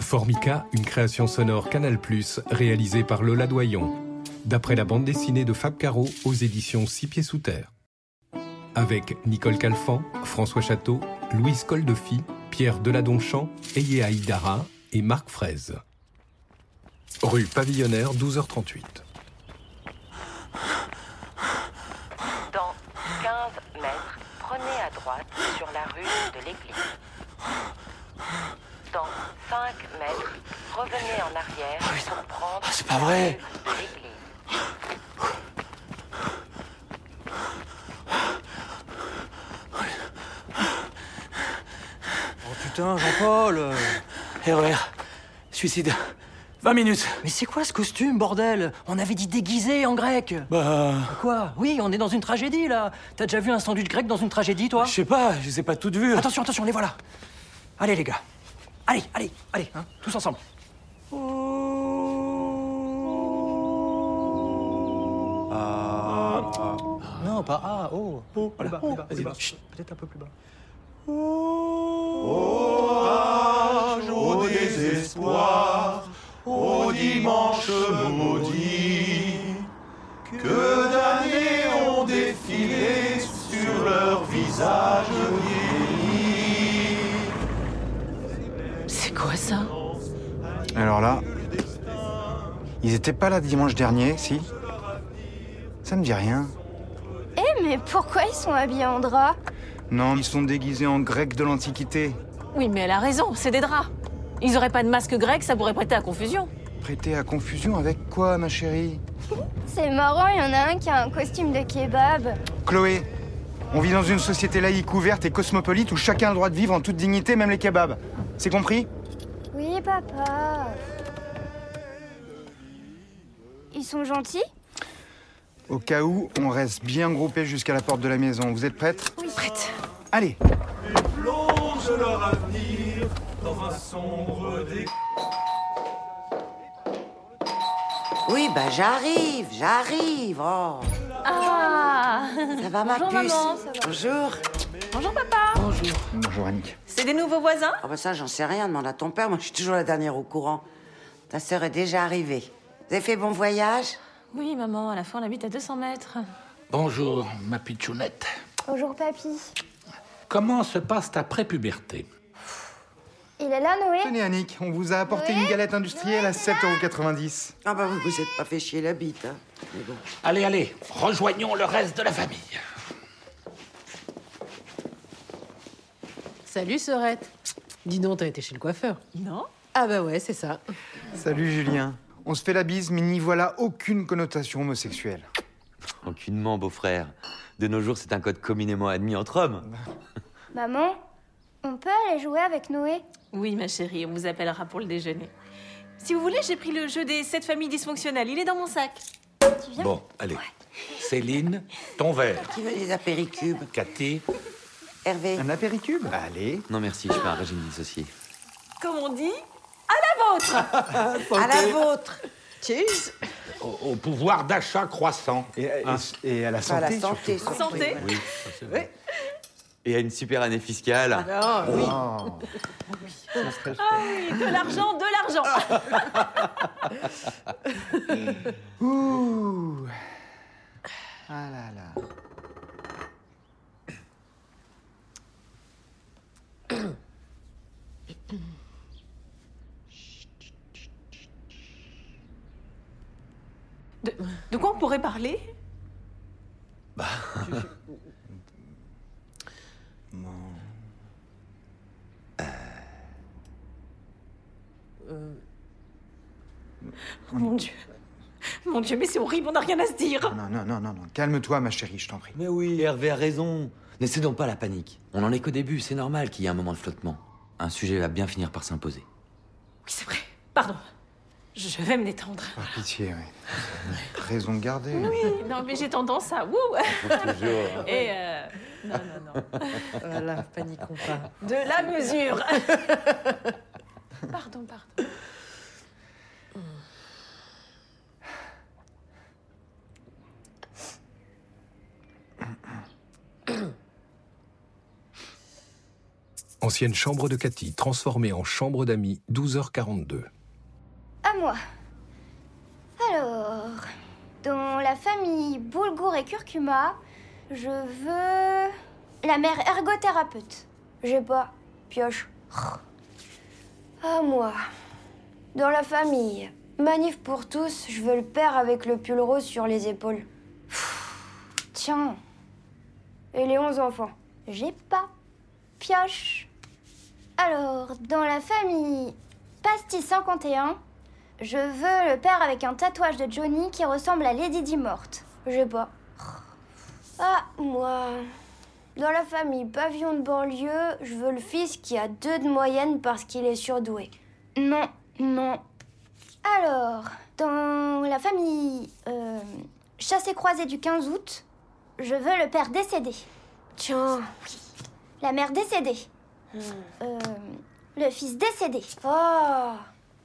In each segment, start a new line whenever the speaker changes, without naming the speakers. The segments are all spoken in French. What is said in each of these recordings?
Formica, une création sonore Canal+, réalisée par Lola Doyon, d'après la bande dessinée de Fab Caro aux éditions Six pieds sous terre. Avec Nicole Calfan, François Château, Louise Coldefi, Pierre Deladonchamp, Eyea Hidara et Marc Fraise. Rue Pavillonnaire, 12h38.
Dans 15 mètres, prenez à droite sur la rue de l'église. Dans 5 mètres, revenez en arrière
Ah,
pour prendre
c'est pas vrai.
la rue de l'église.
Oh putain, Jean-Paul euh.
Erreur. Suicide. 20 minutes.
Mais c'est quoi ce costume, bordel On avait dit déguisé en grec
Bah.
Quoi Oui, on est dans une tragédie, là T'as déjà vu un sandwich grec dans une tragédie, toi
Je sais pas, je sais pas toutes vues.
Attention, attention, les voilà Allez, les gars Allez, allez, allez, hein, tous ensemble Non, pas ah, oh. Voilà, plus bas, plus bas. Chut, Peut-être un peu plus bas.
au désespoir, au dimanche maudit. Que d'années ont défilé sur leur visage vieilli.
C'est quoi ça
Alors là, ils étaient pas là dimanche dernier, si Ça me dit rien.
Eh, Mais pourquoi ils sont habillés en drap
Non, ils sont déguisés en grec de l'Antiquité.
Oui, mais elle a raison, c'est des draps. Ils auraient pas de masque grec, ça pourrait prêter à confusion.
Prêtés à confusion avec quoi, ma chérie
C'est marrant, il y en a un qui a un costume de kebab.
Chloé, on vit dans une société laïque ouverte et cosmopolite où chacun a le droit de vivre en toute dignité, même les kebabs. C'est compris
Oui, papa. Ils sont gentils
Au cas où, on reste bien groupés jusqu'à la porte de la maison. Vous êtes prêtes
Oui.
Prête.
Allez
Plonge leur avenir dans un sombre décor.
Oui, bah j'arrive, j'arrive. Oh,
Ah
ça va ma
Bonjour,
puce
maman.
Bonjour.
Bonjour papa
Bonjour.
Bonjour, Annick.
C'est des nouveaux voisins
Ah bah ça, j'en sais rien. Demande à ton père. Moi, je suis toujours la dernière au courant. Ta sœur est déjà arrivée. Vous avez fait bon voyage
Oui maman, à la fin on habite à 200 mètres.
Bonjour, ma pitchounette.
Bonjour, papy.
Comment se passe ta prépuberté
Il est là, Noé
Tenez, Annick, on vous a apporté une galette industrielle à 7,90€.
Ah bah vous vous êtes pas fait chier la bite. Hein. Mais bon.
Allez, allez, rejoignons le reste de la famille.
Salut, Sorette. Dis donc, t'as été chez le coiffeur.
Non
Ah bah ouais, c'est ça.
Salut, Julien. On se fait la bise, mais n'y voilà aucune connotation homosexuelle.
Encunement, beau-frère. De nos jours, c'est un code communément admis entre hommes.
Maman, on peut aller jouer avec Noé
Oui ma chérie, on vous appellera pour le déjeuner. Si vous voulez, j'ai pris le jeu des 7 familles dysfonctionnelles, il est dans mon sac.
Bon, allez. Céline, ton verre.
Qui veut des apéricubes
Cathy,
Hervé
Un apéricube Allez.
Non, merci, je fais un régime dissocié.
Comme on dit, à la vôtre
À la vôtre
Cheers.
au, au pouvoir d'achat croissant.
Et, et- et à la
Pas
santé.
la santé. surtout.
Santé
Et à une super année fiscale.
Oh,
surtout. Oh.
Et De l'argent, de l'argent
Ouh. Ah là là.
de, de quoi on pourrait parler Mon Dieu Mon Dieu, mais c'est horrible, on n'a rien à se dire
Non, non, non, non, non. Calme-toi, ma chérie, je t'en prie.
Mais oui, Hervé a raison. Ne cédons pas à la panique. On en est qu'au début, c'est normal qu'il y ait un moment de flottement. Un sujet va bien finir par s'imposer.
Oui, c'est vrai. Pardon. Je vais me détendre.
Par pitié, oui. Raison de garder.
Non, mais j'ai tendance à... Wouh
hein.
Et... euh, Non, non, non.
voilà, paniquons pas.
De la mesure Pardon, pardon.
Ancienne chambre de Cathy, transformée en chambre d'amis, 12h42.
À moi. Alors, dans la famille Boulgour et Curcuma, je veux la mère ergothérapeute. J'ai pas. Pioche. À moi. Dans la famille Manif pour tous, je veux le père avec le pull rose sur les épaules. Pfff. Tiens. Et les onze enfants. J'ai pas. Pioche. Alors, dans la famille Pastis 51, je veux le père avec un tatouage de Johnny qui ressemble à Lady Di morte. J'ai pas. Ah, moi. Dans la famille Pavillon de banlieue, je veux le fils qui a deux de moyenne parce qu'il est surdoué. Non, non. Alors, dans la famille euh, Chassé-Croisé du 15 août, je veux le père décédé. Tiens. La mère décédée. Euh, le fils décédé. Oh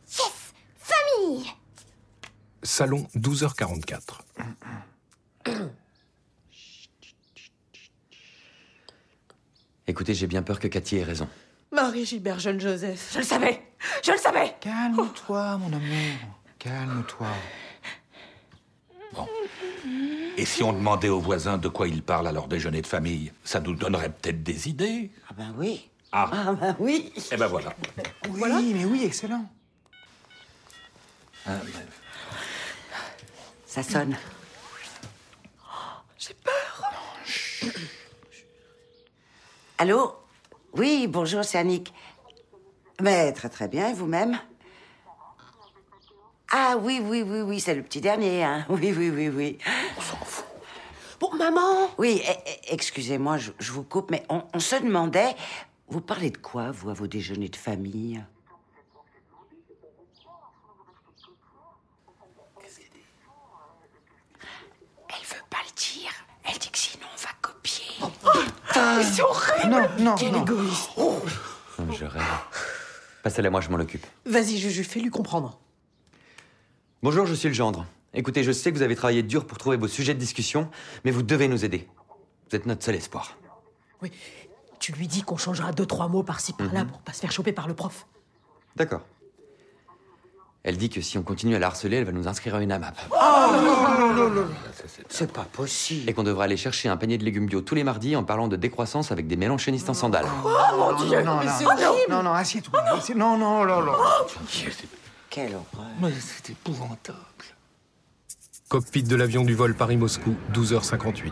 Yes Famille
Salon 12h44.
Écoutez, j'ai bien peur que Cathy ait raison.
Marie Gilbert Jeune Joseph.
Je le savais Je le savais
Calme-toi, mon amour. Calme-toi.
Et si on demandait aux voisins de quoi ils parlent à leur déjeuner de famille, ça nous donnerait peut-être des idées.
Ah ben oui.
Ah,
Ah ben oui.
eh ben voilà.
Oui, mais oui, excellent.
Ça sonne.
J'ai peur.
Allô Oui, bonjour, c'est Annick. Mais très très bien, et vous-même Ah oui, oui, oui, oui, c'est le petit dernier, hein. Oui, oui, oui, oui.
Bon, maman
Oui, e- e- excusez-moi, je, je vous coupe, mais on, on se demandait, vous parlez de quoi, vous, à vos déjeuners de famille Elle veut pas le dire. Elle dit que sinon, on va copier.
Oh,
C'est horrible
Non, non,
Quel
non.
égoïste
Non, mais Je rêve. Passez-la moi, je m'en occupe.
Vas-y, Juju, fais-lui comprendre.
Bonjour, je suis le gendre. Écoutez, je sais que vous avez travaillé dur pour trouver vos sujets de discussion, mais vous devez nous aider. Vous êtes notre seul espoir.
Oui, tu lui dis qu'on changera deux, trois mots par-ci, par-là
Mhm.
pour pas se faire choper par le prof.
D'accord. Elle dit que si on continue à la harceler, elle va nous inscrire à une AMAP.
Oh,
C'est pas possible.
Et qu'on devra aller chercher un panier de légumes bio tous les mardis en parlant de décroissance avec des mélanchonistes en sandales.
Oh mon dieu, non, non, non, non, non, assieds-toi. assieds- Non, non, là, là.
Quelle horreur.
Mais c'est épouvantable.
Cockpit de l'avion du vol Paris-Moscou, 12h58.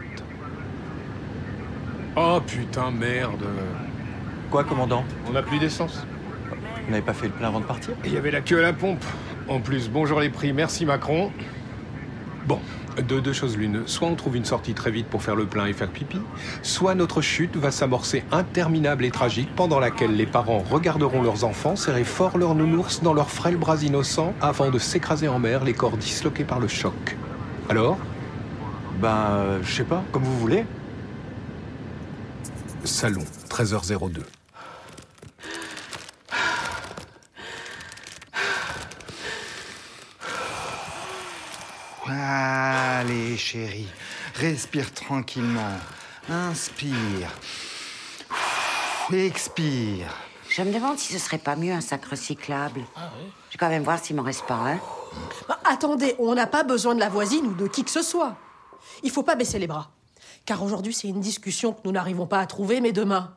Oh putain, merde
Quoi, commandant
On n'a plus d'essence.
Vous n'avez pas fait le plein avant de partir
Il y avait la queue à la pompe. En plus, bonjour les prix, merci Macron. Bon, de deux choses l'une. Soit on trouve une sortie très vite pour faire le plein et faire pipi, soit notre chute va s'amorcer interminable et tragique pendant laquelle les parents regarderont leurs enfants serrer fort leurs nounours dans leurs frêles bras innocents avant de s'écraser en mer, les corps disloqués par le choc. Alors
Ben, euh, je sais pas, comme vous voulez.
Salon, 13h02.
Allez, chérie, respire tranquillement. Inspire. Expire.
Je me demande si ce serait pas mieux un sac recyclable. Je vais quand même voir s'il m'en reste pas hein. un.
Bah, attendez, on n'a pas besoin de la voisine ou de qui que ce soit. Il faut pas baisser les bras. Car aujourd'hui, c'est une discussion que nous n'arrivons pas à trouver, mais demain.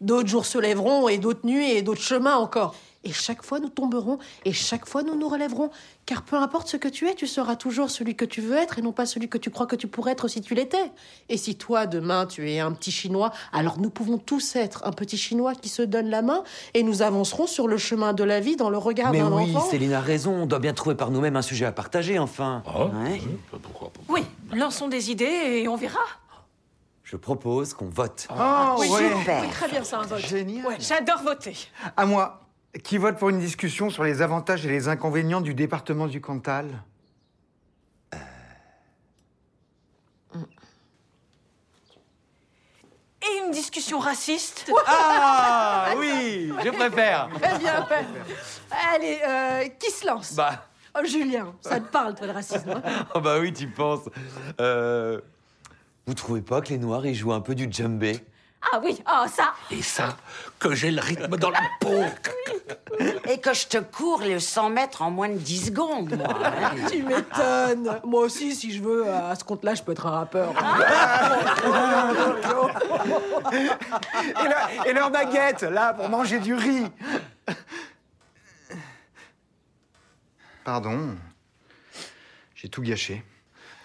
D'autres jours se lèveront, et d'autres nuits, et d'autres chemins encore. Et chaque fois, nous tomberons, et chaque fois, nous nous relèverons. Car peu importe ce que tu es, tu seras toujours celui que tu veux être, et non pas celui que tu crois que tu pourrais être si tu l'étais. Et si toi, demain, tu es un petit Chinois, alors nous pouvons tous être un petit Chinois qui se donne la main, et nous avancerons sur le chemin de la vie dans le regard
Mais
d'un
oui,
enfant.
Céline a raison, on doit bien trouver par nous-mêmes un sujet à partager, enfin.
Oh.
Oui, lançons des idées et on verra.
Je propose qu'on vote.
Ah,
oui,
ouais.
oui, très bien, ça, un vote.
Génial.
Ouais, J'adore voter.
À moi, qui vote pour une discussion sur les avantages et les inconvénients du département du Cantal
Et une discussion raciste
Ah oui, je préfère.
Eh bien, ben, allez, euh, qui se lance
Bah,
Oh, Julien, ça te parle, toi, le racisme hein
oh,
Ah bah oui, tu penses. Euh, Vous trouvez pas que les Noirs, ils jouent un peu du djembé
Ah oui, oh ça
Et ça, que j'ai le rythme dans la peau.
Et que je te cours les 100 mètres en moins de 10 secondes, moi. hein.
Tu m'étonnes. Moi aussi, si je veux, à ce compte-là, je peux être un rappeur.
et, leur, et leur baguette, là, pour manger du riz.
Pardon. J'ai tout gâché.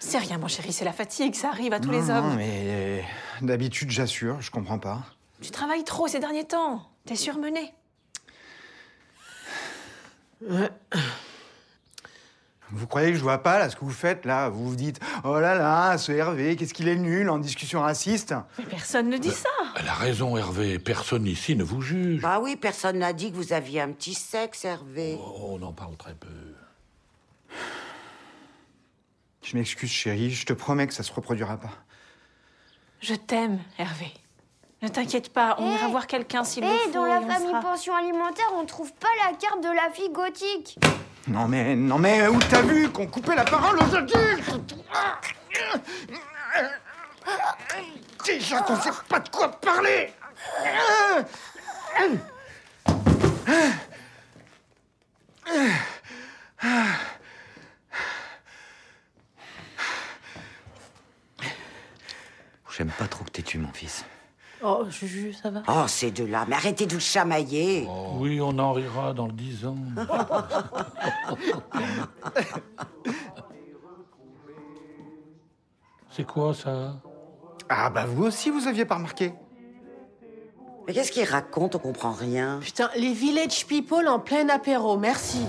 C'est rien, mon chéri, c'est la fatigue, ça arrive à tous les
Non,
hommes.
Non, mais euh, d'habitude, j'assure, je comprends pas.
Tu travailles trop ces derniers temps. T'es surmené.
Vous croyez que je vois pas là ce que vous faites là Vous vous dites oh là là, ce Hervé, qu'est-ce qu'il est nul en discussion raciste.
Mais personne ne dit ça.
Elle a raison, Hervé. Personne ici ne vous juge.
Bah oui, personne n'a dit que vous aviez un petit sexe, Hervé.
Oh, on en parle très peu.
Je m'excuse, chérie. Je te promets que ça se reproduira pas.
Je t'aime, Hervé. Ne t'inquiète pas, on
Hey
ira voir quelqu'un s'il
Eh,
le faut.
dans la
et on
famille
sera-
pension alimentaire, on trouve pas la carte de la fille gothique.
Non mais non mais où t'as vu qu'on coupait la parole aux adultes Déjà qu'on sait pas de quoi parler.
J'aime pas trop que t'aies tué mon fils.
Oh, Juju, ça va
Oh, ces deux-là, mais arrêtez de vous chamailler.
Oui, on en rira dans le 10 ans. C'est quoi ça
Ah bah vous aussi vous aviez pas remarqué.
Mais qu'est-ce qu'il raconte On comprend rien.
Putain, les village people en plein apéro, merci.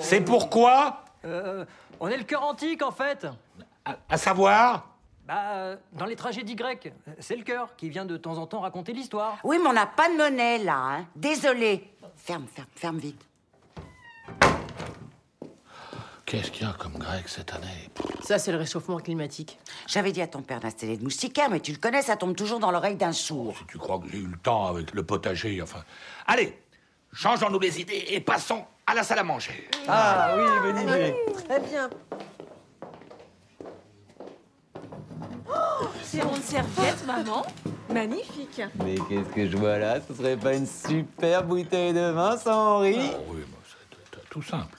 C'est pourquoi
on est le cœur antique, en fait.
À savoir
Bah, euh, dans les tragédies grecques, c'est le cœur qui vient de temps en temps raconter l'histoire.
Oui, mais on n'a pas de monnaie, là. Hein. Désolé. Ferme, ferme, ferme vite.
Qu'est-ce qu'il y a comme grec cette année
Ça, c'est le réchauffement climatique.
J'avais dit à ton père d'installer le moustiquaire, mais tu le connais, ça tombe toujours dans l'oreille d'un sourd.
Tu crois que j'ai eu le temps avec le potager, enfin... Allez, changeons-nous les idées et passons à la salle à manger.
Ah oui, bonne idée.
Très bien.
C'est mon serviette, maman. Magnifique.
Mais qu'est-ce que je vois là Ce serait pas une super bouteille de vin sans riz
Oui, mais c'est tout simple.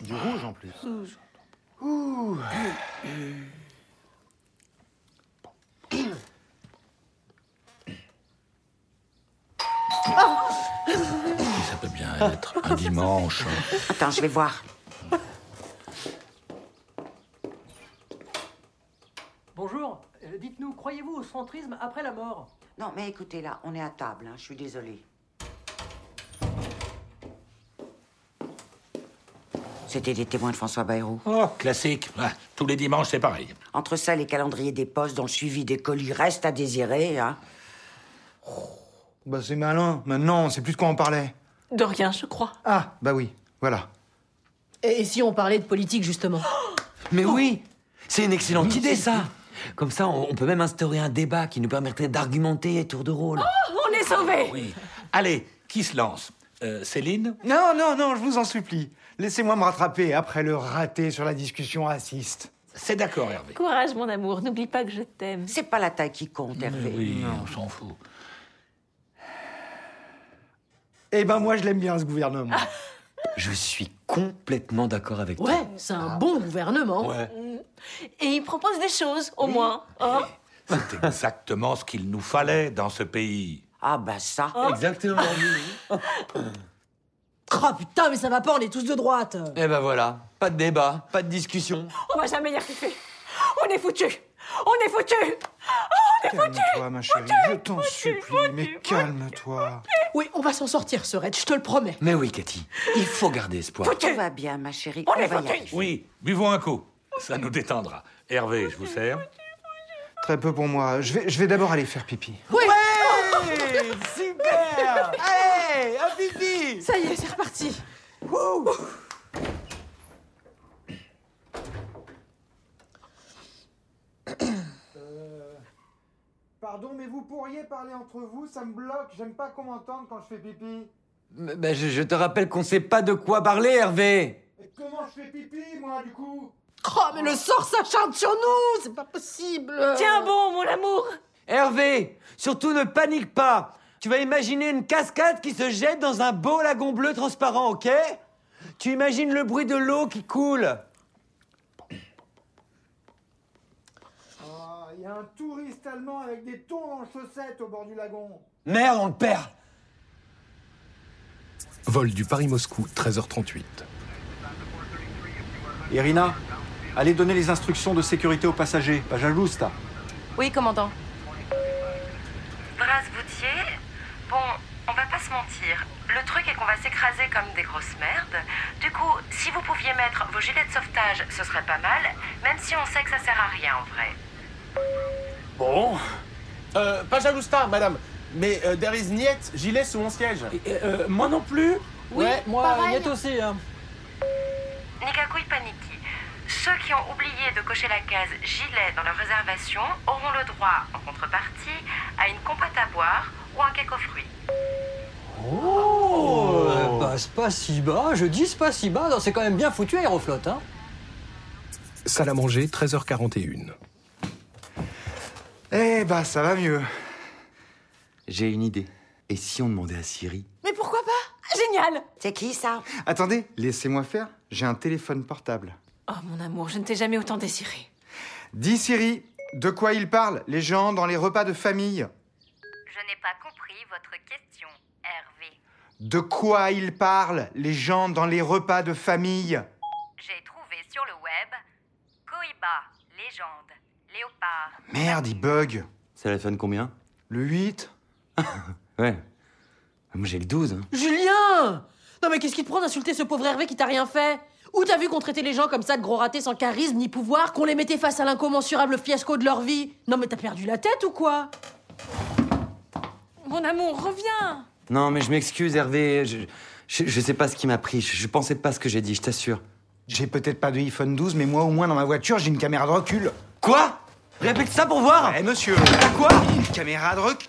Du rouge en plus.
Ouh.
Ça peut bien être un dimanche.
Attends, je vais voir.
Bonjour, euh, dites-nous, croyez-vous au centrisme après la mort
Non, mais écoutez, là, on est à table, hein, je suis désolée. C'était des témoins de François Bayrou.
Oh, classique. Ah, Tous les dimanches, c'est pareil.
Entre ça, les calendriers des postes, dont le suivi des colis reste à désirer. Hein.
Bah c'est malin. Maintenant on sait plus de quoi on parlait.
De rien, je crois.
Ah bah oui, voilà.
Et, et si on parlait de politique, justement
Mais oui C'est une excellente idée, ça Comme ça, on, on peut même instaurer un débat qui nous permettrait d'argumenter à tour de rôle.
on est sauvés
Oui. Allez, qui se lance Euh, Céline
Non, non, non, je vous en supplie. Laissez-moi me rattraper après le raté sur la discussion raciste.
C'est Eh, d'accord, Hervé.
Courage, mon amour, n'oublie pas que je t'aime.
C'est pas la taille qui compte, Hervé.
Oui, on s'en fout.
Eh ben moi, je l'aime bien, ce gouvernement.
Je suis complètement d'accord avec toi.
Ouais, c'est un bon gouvernement.
Mm. Et il propose des choses, au moins. hein.
C'est exactement ce qu'il nous fallait dans ce pays.
Ah, bah ça.
Exactement.
Oh putain, mais ça va pas, on est tous de droite.
Eh ben voilà, pas de débat, pas de discussion.
On va jamais y arriver. On est foutus. On est foutus.
Calme-toi, ma chérie, je t'en supplie, mais calme-toi.
Oui, on va s'en sortir, Serette, je te le promets.
Mais oui, Cathy, il faut garder espoir.
Tout va bien, ma chérie.
On
On,
est
va y
foutus.
arriver.
Oui, buvons un coup. Ça nous détendra. Hervé, je vous sers.
Très peu pour moi. Je vais, je vais d'abord aller faire pipi.
Ouais,
Super Allez, un pipi
Ça y est, c'est reparti.
Pardon, mais vous pourriez parler entre vous, ça me bloque. J'aime pas qu'on m'entende quand je fais pipi.
Mais- mais je, je te rappelle qu'on sait pas de quoi parler, Hervé.
comment je fais pipi, moi, du coup
Oh, mais le sort s'acharne sur nous C'est pas possible
Tiens bon, mon amour
Hervé, surtout ne panique pas. Tu vas imaginer une cascade qui se jette dans un beau lagon bleu transparent, ok Tu imagines le bruit de l'eau qui coule.
Ah, il y a un touriste allemand avec des tons en chaussettes au bord du lagon.
Merde, on le perd.
Vol du Paris-Moscou, 13h38.
Irina, allez donner les instructions de sécurité aux passagers. Pas jalouse, t'as.
Oui, commandant.
Brasse Boutier, bon, on va pas se mentir. Le truc est qu'on va s'écraser comme des grosses merdes. Du coup, si vous pouviez mettre vos gilets de sauvetage, ce serait pas mal, même si on sait que ça sert à rien en vrai.
Bon.
Euh, pas Jalousta, madame. Mais euh, there is Niette, gilet sous mon siège.
Euh,
moi non plus
Oui,
ouais, moi,
pareil.
Agnette aussi. hein.
Nikakui Paniki. Ceux qui ont oublié de cocher la case gilet dans leur réservation auront le droit, en contrepartie, à une compote à boire ou un cake aux fruits.
Oh, euh, bah, c'est pas si bas, je dis c'est pas si bas, Non, c'est quand même bien foutu Aeroflot, hein.
Salle à manger, 13h41.
Eh bah, ça va mieux.
J'ai une idée. Et si on demandait à Siri
Mais pourquoi pas Génial
C'est qui ça
Attendez, laissez-moi faire. J'ai un téléphone portable.
Oh mon amour, je ne t'ai jamais autant désiré.
Dis Siri, de quoi ils parlent, les gens, dans les repas de famille
Je n'ai pas compris votre question, Hervé.
De quoi ils parlent, les gens, dans les repas de famille
J'ai trouvé sur le web Koiba, légende, léopard.
Merde, il bug.
Ça la fan combien
Le 8
Ouais. Moi j'ai le 12. hein.
Julien Non mais qu'est-ce qui te prend d'insulter ce pauvre Hervé qui t'a rien fait Où t'as vu qu'on traitait les gens comme ça de gros ratés sans charisme ni pouvoir, qu'on les mettait face à l'incommensurable fiasco de leur vie Non mais t'as perdu la tête ou quoi
Mon amour, reviens
Non, mais je m'excuse, Hervé. Je, je, je sais pas ce qui m'a pris. Je, je pensais pas ce que j'ai dit, je t'assure.
J'ai peut-être pas de iPhone 12, mais moi au moins dans ma voiture, j'ai une caméra de recul.
Quoi Répète ça pour voir
Eh monsieur
Quoi
Une caméra de recul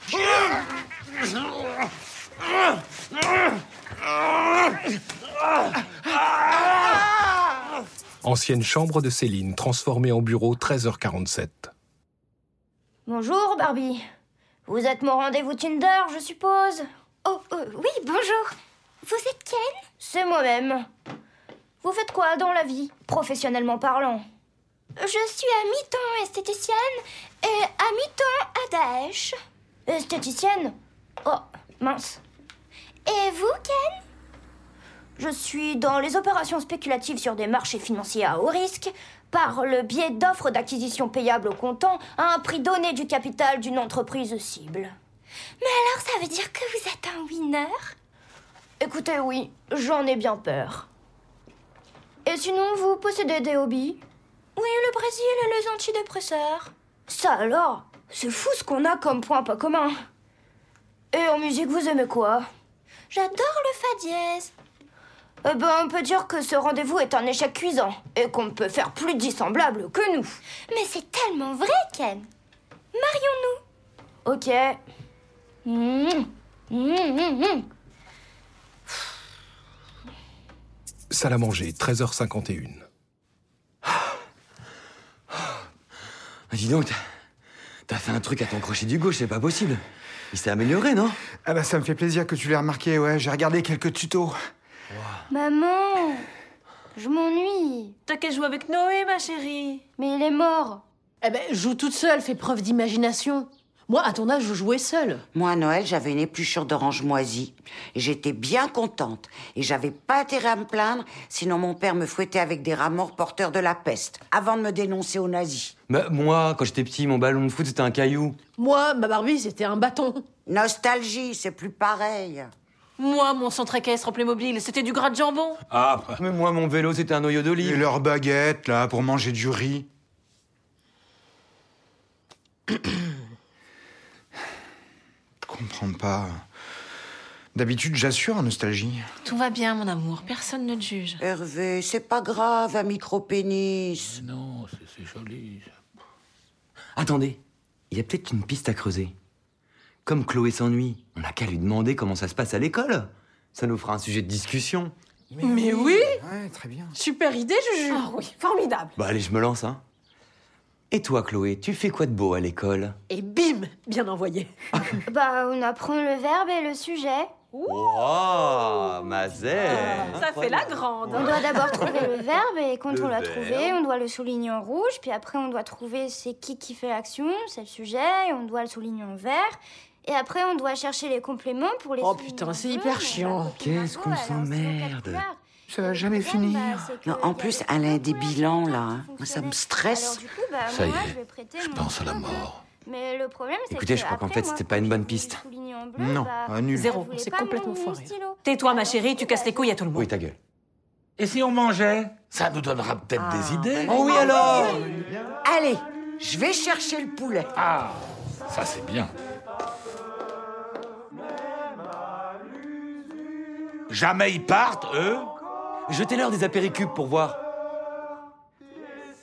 Ancienne chambre de Céline, transformée en bureau, 13h47.
Bonjour, Barbie. Vous êtes mon rendez-vous Tinder, je suppose Oh, euh, oui, bonjour. Vous êtes Ken C'est moi-même. Vous faites quoi dans la vie, professionnellement parlant Je suis à mi-temps esthéticienne et à mi-temps à Daesh. Esthéticienne Oh, mince. Et vous, Ken Je suis dans les opérations spéculatives sur des marchés financiers à haut risque par le biais d'offres d'acquisition payables au comptant à un prix donné du capital d'une entreprise cible. Mais alors ça veut dire que vous êtes un winner Écoutez, oui, j'en ai bien peur. Et sinon, vous possédez des hobbies Oui, le Brésil et les antidépresseurs. Ça alors C'est fou ce qu'on a comme point pas commun. Et en musique, vous aimez quoi J'adore le fa dièse. Eh ben, on peut dire que ce rendez-vous est un échec cuisant et qu'on ne peut faire plus dissemblable que nous. Mais c'est tellement vrai, Ken. Marions-nous. Ok. Mmh. Mmh, mmh, mmh.
Salle à manger, 13h51.
Ah, Dis donc, t'as- t'as fait un truc à ton crochet du gauche, c'est pas possible. Il s'est amélioré, non
Ah bah ça me fait plaisir que tu l'aies remarqué, ouais, j'ai regardé quelques tutos.
Maman, je m'ennuie.
T'as qu'à jouer avec Noé, ma chérie.
Mais il est mort.
Eh ben, joue toute seule, fais preuve d'imagination. Moi, à ton âge, je jouais seule.
Moi, à Noël, j'avais une épluchure d'orange moisie. Et j'étais bien contente. Et j'avais pas intérêt à me plaindre, sinon mon père me fouettait avec des rats morts porteurs de la peste, avant de me dénoncer aux nazis.
Bah, moi, quand j'étais petit, mon ballon de foot, c'était un caillou.
Moi, ma Barbie, c'était un bâton.
Nostalgie, c'est plus pareil.
Moi, mon centre équestre en Playmobil, c'était du gras de jambon.
Ah, mais moi, mon vélo, c'était un noyau d'olive.
Et leur baguette, là, pour manger du riz. Comprends pas. D'habitude, j'assure en nostalgie.
Tout va bien, mon amour, personne ne te juge.
Hervé, c'est pas grave, un micro-pénis.
Non, c'est- c'est joli.
Attendez, il y a peut-être une piste à creuser. Comme Chloé s'ennuie, on n'a qu'à lui demander comment ça se passe à l'école. Ça nous fera un sujet de discussion.
Mais, oui
Ouais, très bien.
Super idée, Juju Ah
oui, formidable
Bah allez, je me lance, hein. Et toi, Chloé, tu fais quoi de beau à l'école
Et bim Bien envoyé
Bah, on apprend le verbe et le sujet.
Wow, Mazel
Oh, Ça fait la grande
On
hein.
doit d'abord trouver le verbe et quand
Le
on l'a
verbe.
trouvé, on doit le souligner en rouge, puis après on doit trouver c'est qui qui fait l'action, c'est le sujet, et on doit le souligner en vert, et après on doit chercher les compléments pour les
Oh
souligner
putain,
en
c'est
bleu,
hyper
mais
chiant.
la
Qu'est-ce qu'on s'emmerde Ça va jamais
bah, finir.
Non, en plus, Alain des bilans, là, hein. Moi, ça me stresse.
Du coup, bah,
Ça
moi,
y est,
je vais prêter
je
mon
pense à la
bleu.
mort.
Mais le problème, c'est
Écoutez,
que
je crois qu'en
après,
fait,
moi,
c'était pas une bonne piste.
souligner en bleu,
Non,
bah,
ah, nul.
Zéro,
voulez
c'est
pas mon
complètement foiré.
stylo.
Tais-toi, ma chérie, tu casses les couilles à tout le monde.
Oui, ta gueule.
Et si on mangeait Ah Ça nous donnera peut-être des idées.
Oh oui,
alors
Allez, je vais chercher le poulet.
Ah, ça c'est bien. Jamais ils partent, eux
Jetez-leur des apéricubes pour voir.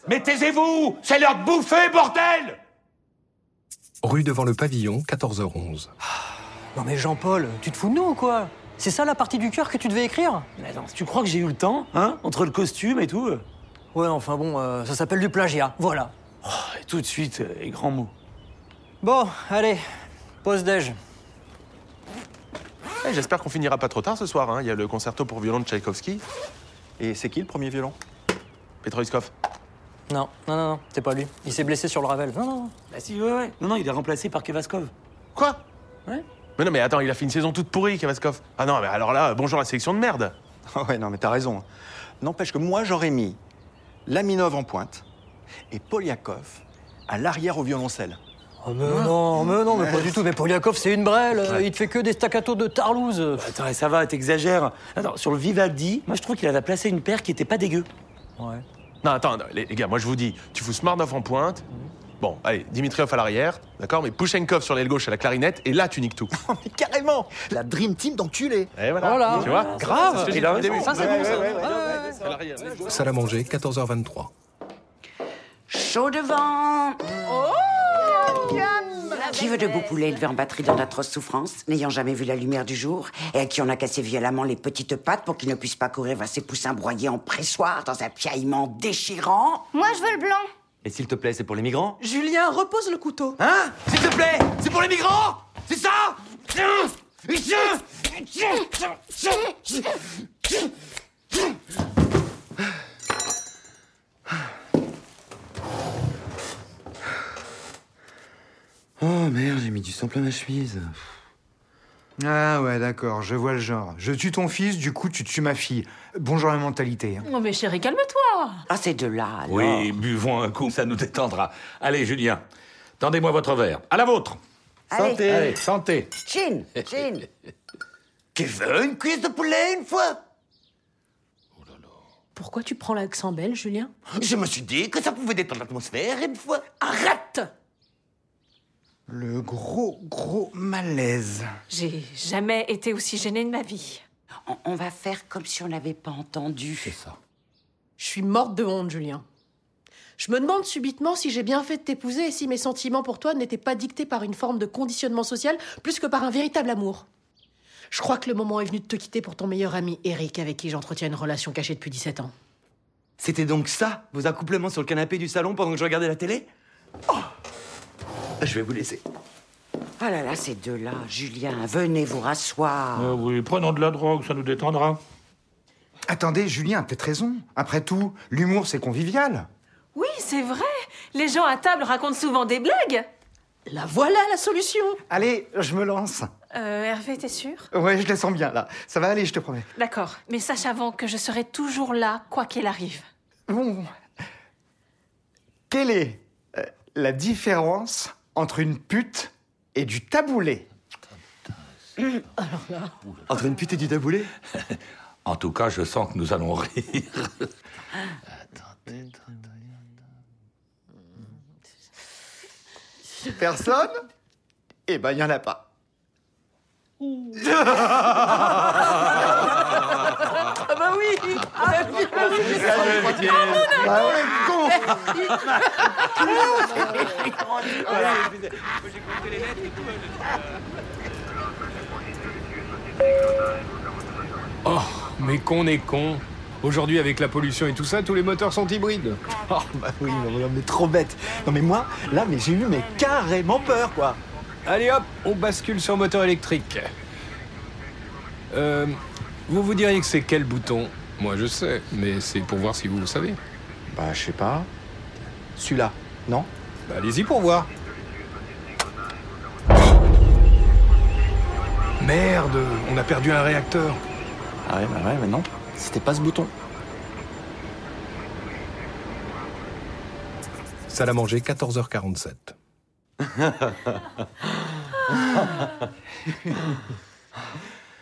Mais taisez-vous C'est l'heure de bouffer, bordel
Rue devant le pavillon, 14h11.
Non mais Jean-Paul, tu te fous de nous ou quoi C'est ça la partie du cœur que tu devais écrire
Mais attends, tu crois que j'ai eu le temps, hein Entre le costume et tout euh
Ouais, enfin bon, euh, ça s'appelle du plagiat, voilà.
et Tout de suite, euh, et grands mots.
Bon, allez, pause déj.
Eh, J'espère qu'on finira pas trop tard ce soir. hein. Il y a le concerto pour violon de Tchaïkovski. Et c'est qui le premier violon Petroiskov.
Non, non, non, non, c'est pas lui. Il s'est blessé sur le Ravel. Non, non, non.
Bah si, ouais, ouais. Non, non, il est remplacé par Kevaskov.
Quoi Mais non, mais attends, il a fait une saison toute pourrie, Kavaskov. Ah non, mais alors là, bonjour la sélection de merde.
Ah ouais, non, mais t'as raison. N'empêche que moi, j'aurais mis Laminov en pointe et Poliakov à l'arrière au violoncelle.
Oh, mais non, mais non, mais pas du tout. Mais Poliakov, c'est une brêle. euh, Il te fait que des staccato de Tarlouse. euh.
Attends, et ça va, t'exagères. Attends, sur le Vivaldi, moi je trouve qu'il avait placé une paire qui était pas dégueu.
Ouais.
Non, attends, non, les les gars, moi je vous dis, tu fous Smarnov en pointe.
Mhm.
Bon, allez, Dimitriov à l'arrière, d'accord Mais Pouchenkov sur l'aile gauche à la clarinette, et là, tu niques tout.
Mais carrément La Dream Team d'enculés
Et voilà,
Voilà.
tu vois
Grave.
C'est ce que j'ai
Il a
dit au
raison.
début.
Ça, c'est
Ouais,
bon, ça.
ouais, ouais,
Ah,
ouais.
ouais, ouais.
À l'arrière, let's go.
Salle à manger, 14h23.
Chaud devant
Oh,
Qui veut de beaux poulets élevés en batterie dans d'atroces souffrances, n'ayant jamais vu la lumière du jour, et à qui on a cassé violemment les petites pattes pour qu'ils ne puissent pas courir vers ses poussins broyés en pressoir dans un piaillement déchirant
Moi, je veux le blanc.
Et s'il te plaît, c'est pour les migrants
Julien, repose le couteau.
Hein S'il te plaît, c'est pour les migrants C'est ça
Oh merde, j'ai mis du sang plein ma chemise. Ah ouais, d'accord, je vois le genre. Je tue ton fils, du coup tu tues ma fille. Bonjour la mentalité. hein.
Non Oh, mais chérie, calme-toi
Ah, c'est de là, alors.
Oui, buvons un coup, ça nous détendra. Allez, Julien, tendez-moi votre verre. À la vôtre
Allez.
Allez, santé
Chin, chin
Tu veux une cuisse de poulet une fois
Pourquoi tu prends l'accent belge, Julien
Je me suis dit que ça pouvait détendre l'atmosphère une fois.
Arrête
Le gros, gros malaise.
J'ai jamais été aussi gênée de ma vie.
On, on va faire comme si on n'avait pas entendu. C'est
ça.
Je suis morte de honte, Julien. Je me demande subitement si j'ai bien fait de t'épouser et si mes sentiments pour toi n'étaient pas dictés par une forme de conditionnement social plus que par un véritable amour. Je crois que le moment est venu de te quitter pour ton meilleur ami Eric, avec qui j'entretiens une relation cachée depuis 17 ans.
C'était donc ça, vos accouplements sur le canapé du salon pendant que je regardais la télé Oh Je vais vous laisser.
Ah là là, ces deux-là, Julien, venez vous rasseoir.
Ah. Euh, oui, prenons de la drogue, ça nous détendra.
Attendez, Julien a peut-être raison. Après tout, l'humour c'est convivial.
Oui, c'est vrai Les gens à table racontent souvent des blagues
La voilà la solution
Allez, je me lance.
Euh, Hervé, t'es sûr
Ouais, je les sens bien là. Ça va aller, je te promets.
D'accord, mais sache avant que je serai toujours là, quoi qu'il arrive.
Bon. Quelle est euh, la différence entre une pute et du taboulé
Entre une pute et du taboulé
En tout cas, je sens que nous allons rire.
Personne Eh ben, il n'y en a pas.
Ah bah oui Ah bah oui, bah oui, mais ça-
Bah ouais, con
Oh,
Mais qu'on est con Aujourd'hui, avec la pollution et tout ça, tous les moteurs sont hybrides.
Oh bah oui, non, non, mais trop bête. Non mais moi, là, mais j'ai eu mais carrément peur quoi.
Allez hop, on bascule sur moteur électrique. Euh, vous vous diriez que c'est quel bouton Moi je sais, mais c'est pour voir si vous le savez.
Bah je sais pas. Celui-là, non
Bah allez-y pour voir. Merde, on a perdu un réacteur.
Ah ouais, bah ouais, mais non. C'était pas ce bouton.
Salle à manger, 14h47.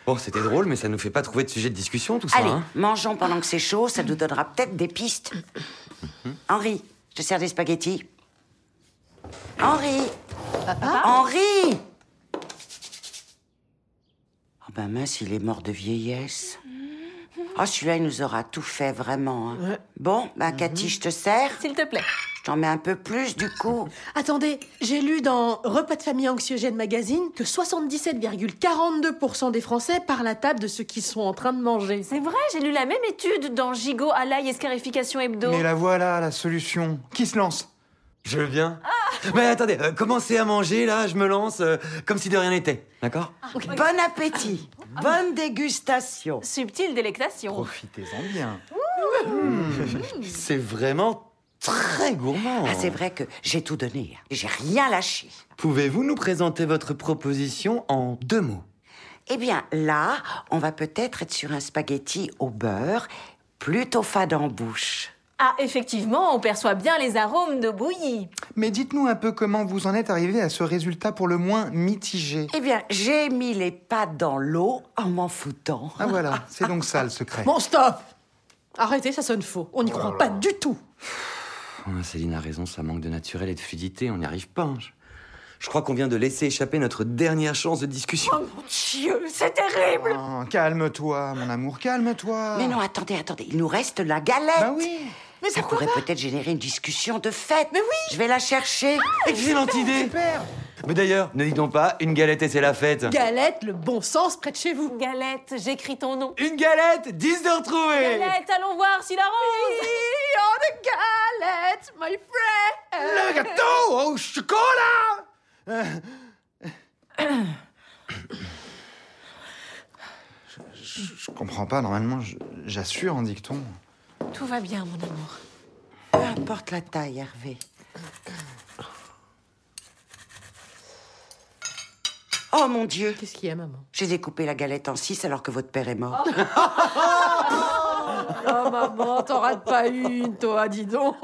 Bon, c'était drôle, mais ça nous fait pas trouver de sujet de discussion, tout ça.
Allez,
hein.
mangeons pendant que c'est chaud, ça nous donnera peut-être des pistes. Henri, je te sers des spaghettis. Henri Papa Henri Oh ben mince, il est mort de vieillesse. Oh, celui-là, il nous aura tout fait, vraiment. hein. Bon, ben Cathy, je te sers.
S'il te plaît.
Je t'en mets un peu plus, du coup.
Attendez, j'ai lu dans Repas de famille anxiogène magazine que 77,42% des Français parlent à table de ce qu'ils sont en train de manger.
C'est vrai, j'ai lu la même étude dans Gigot à l'ail et scarification hebdo.
Mais la voilà, la solution. Qui se lance
Je viens. Mais attendez, euh, commencez à manger, là, je me lance, euh, comme si de rien n'était, d'accord
Bon appétit Bonne dégustation
Subtile délectation.
Profitez-en bien.
Ouh.
C'est vraiment très gourmand.
Ah, c'est vrai que j'ai tout donné. hein. J'ai rien lâché.
Pouvez-vous nous présenter votre proposition en deux mots
Eh bien, là, on va peut-être être sur un spaghetti au beurre, plutôt fade en bouche.
Ah, effectivement, on perçoit bien les arômes de bouillie.
Mais dites-nous un peu comment vous en êtes arrivé à ce résultat pour le moins mitigé.
Eh bien, j'ai mis les pattes dans l'eau en m'en foutant.
Ah voilà, c'est donc ça le secret.
Bon, stop Arrêtez, ça sonne faux. On n'y croit pas du tout.
Ah, Céline a raison, ça manque de naturel et de fluidité, on n'y arrive pas. hein. Je, je crois qu'on vient de laisser échapper notre dernière chance de discussion.
Dieu, c'est terrible
Oh, Calme-toi, mon amour, calme-toi.
Mais non, attendez, attendez, il nous reste la galette.
Bah oui.
Mais ça pourrait peut-être générer une discussion de fête. Mais
oui.
Je vais la chercher.
Excellente idée Mais d'ailleurs, ne dit-on pas, une galette et c'est la fête
Galette, le bon sens près de chez vous.
Galette, j'écris ton nom.
Une galette, 10 de retrouvée
Galette, allons voir si la rose
Oh, the galette, my friend
Le gâteau au chocolat Euh,
Je je comprends pas, normalement, je- j'assure en dicton.
Tout va bien, mon amour.
Peu importe la taille, Hervé. Oh mon Dieu
Qu'est-ce qu'il y a, maman
J'ai découpé la galette en six alors que votre père est mort.
Oh, maman, t'en rates pas une, toi, dis donc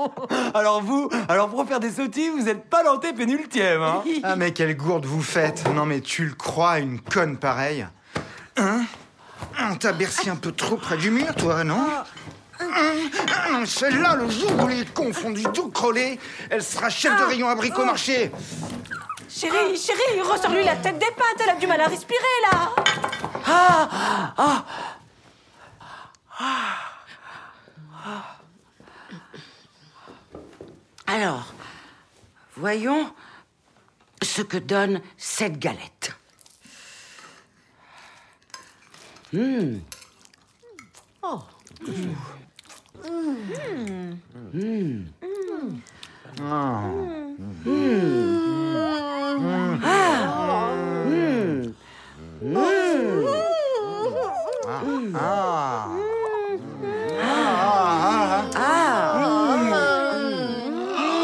Alors vous, alors pour faire des sottises, vous êtes pas l'anté pénultième, hein
Ah mais quelle gourde vous faites Non mais tu le crois, une conne pareille Hein Hein, T'as bercé un peu trop près du mur, toi, non Hein Hein, Celle-là, le jour où les cons font du tout crôler, elle sera chef
Ah.
de rayon abricot-marché
Oh.
Chérie, chérie, ressors-lui la tête des pattes, elle a du mal à respirer, là
Ah Ah Alors, voyons ce que donne cette galette. Hmm. Hmm. Hmm. Ah. Hmm.
Ah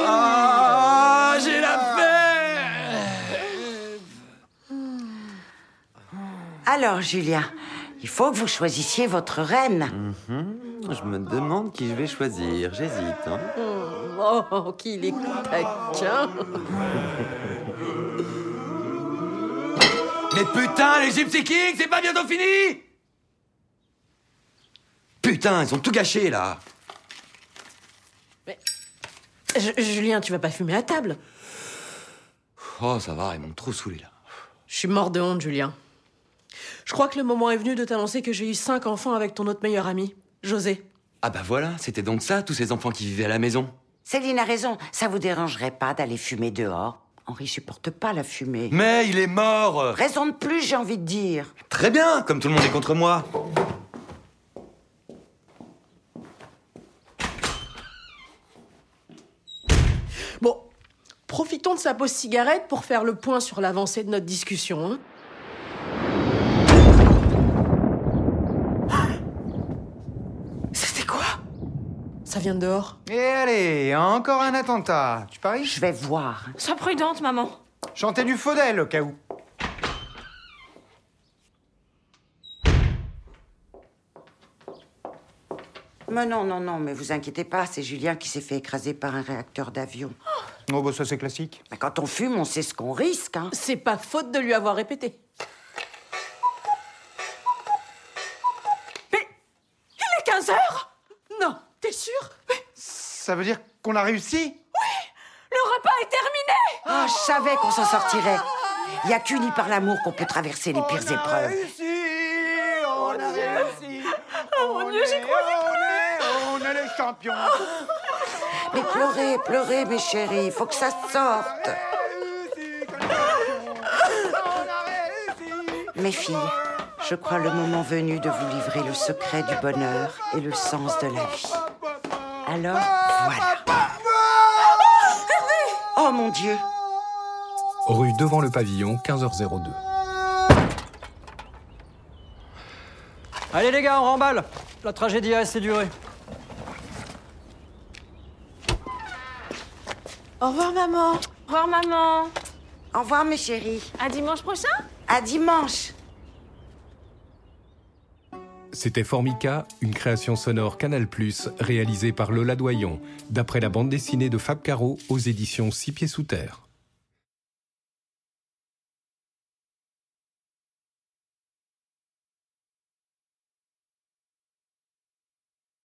Ah, j'ai la fête
Alors, Julien, il faut que vous choisissiez votre reine.
Je me demande qui je vais choisir, j'hésite. hein.
Oh, oh, qu'il est taquin
Mais putain, les Gypsy Kings, c'est pas bientôt fini Putain, ils ont tout gâché, là
Ju- Julien, tu vas pas fumer à table
Oh, ça va, ils m'ont trop saoulé, là.
Je suis mort de honte, Julien. Je crois que le moment est venu de t'annoncer que j'ai eu cinq enfants avec ton autre meilleur ami, José.
Ah bah voilà, c'était donc ça, tous ces enfants qui vivaient à la maison.
Céline a raison, ça vous dérangerait pas d'aller fumer dehors Henri supporte pas la fumée.
Mais il est mort euh,
Raison de plus, j'ai envie de dire.
Très bien, comme tout le monde est contre moi.
Profitons de sa pause cigarette pour faire le point sur l'avancée de notre discussion. hein.
C'était quoi
Ça vient de dehors.
Et allez, encore un attentat. Tu paries Je
vais voir.
Sois prudente, maman.
Chanter du faux d'elle, au cas où.
Mais non, non, non, mais vous inquiétez pas, c'est Julien qui s'est fait écraser par un réacteur d'avion.
Oh, bah ça, c'est classique.
Mais quand on fume, on sait ce qu'on risque, hein.
C'est pas faute de lui avoir répété.
Il est 15 heures
Non, t'es sûr
Ça veut dire qu'on a réussi
Le repas est terminé
Ah, je savais qu'on s'en sortirait. Il n'y a qu'uni par l'amour qu'on peut traverser les pires épreuves.
on a réussi.
Oh mon Dieu, j'y croyais
On est, on est les champions.
Mais pleurez, pleurez, mes chéris, il faut que ça sorte. Mes filles, je crois le moment venu de vous livrer le secret du bonheur et le sens de la vie. Alors, voilà. Oh mon Dieu
Rue devant le pavillon, 15h02.
Allez les gars, on remballe. La tragédie a assez duré.
Au revoir, maman.
Au revoir, maman.
Au revoir, mes chéris.
À dimanche prochain
À dimanche
C'était Formica, une création sonore Canal+, réalisée par Lola Doyon, d'après la bande dessinée de Fab Caro aux éditions Six Pieds Sous Terre.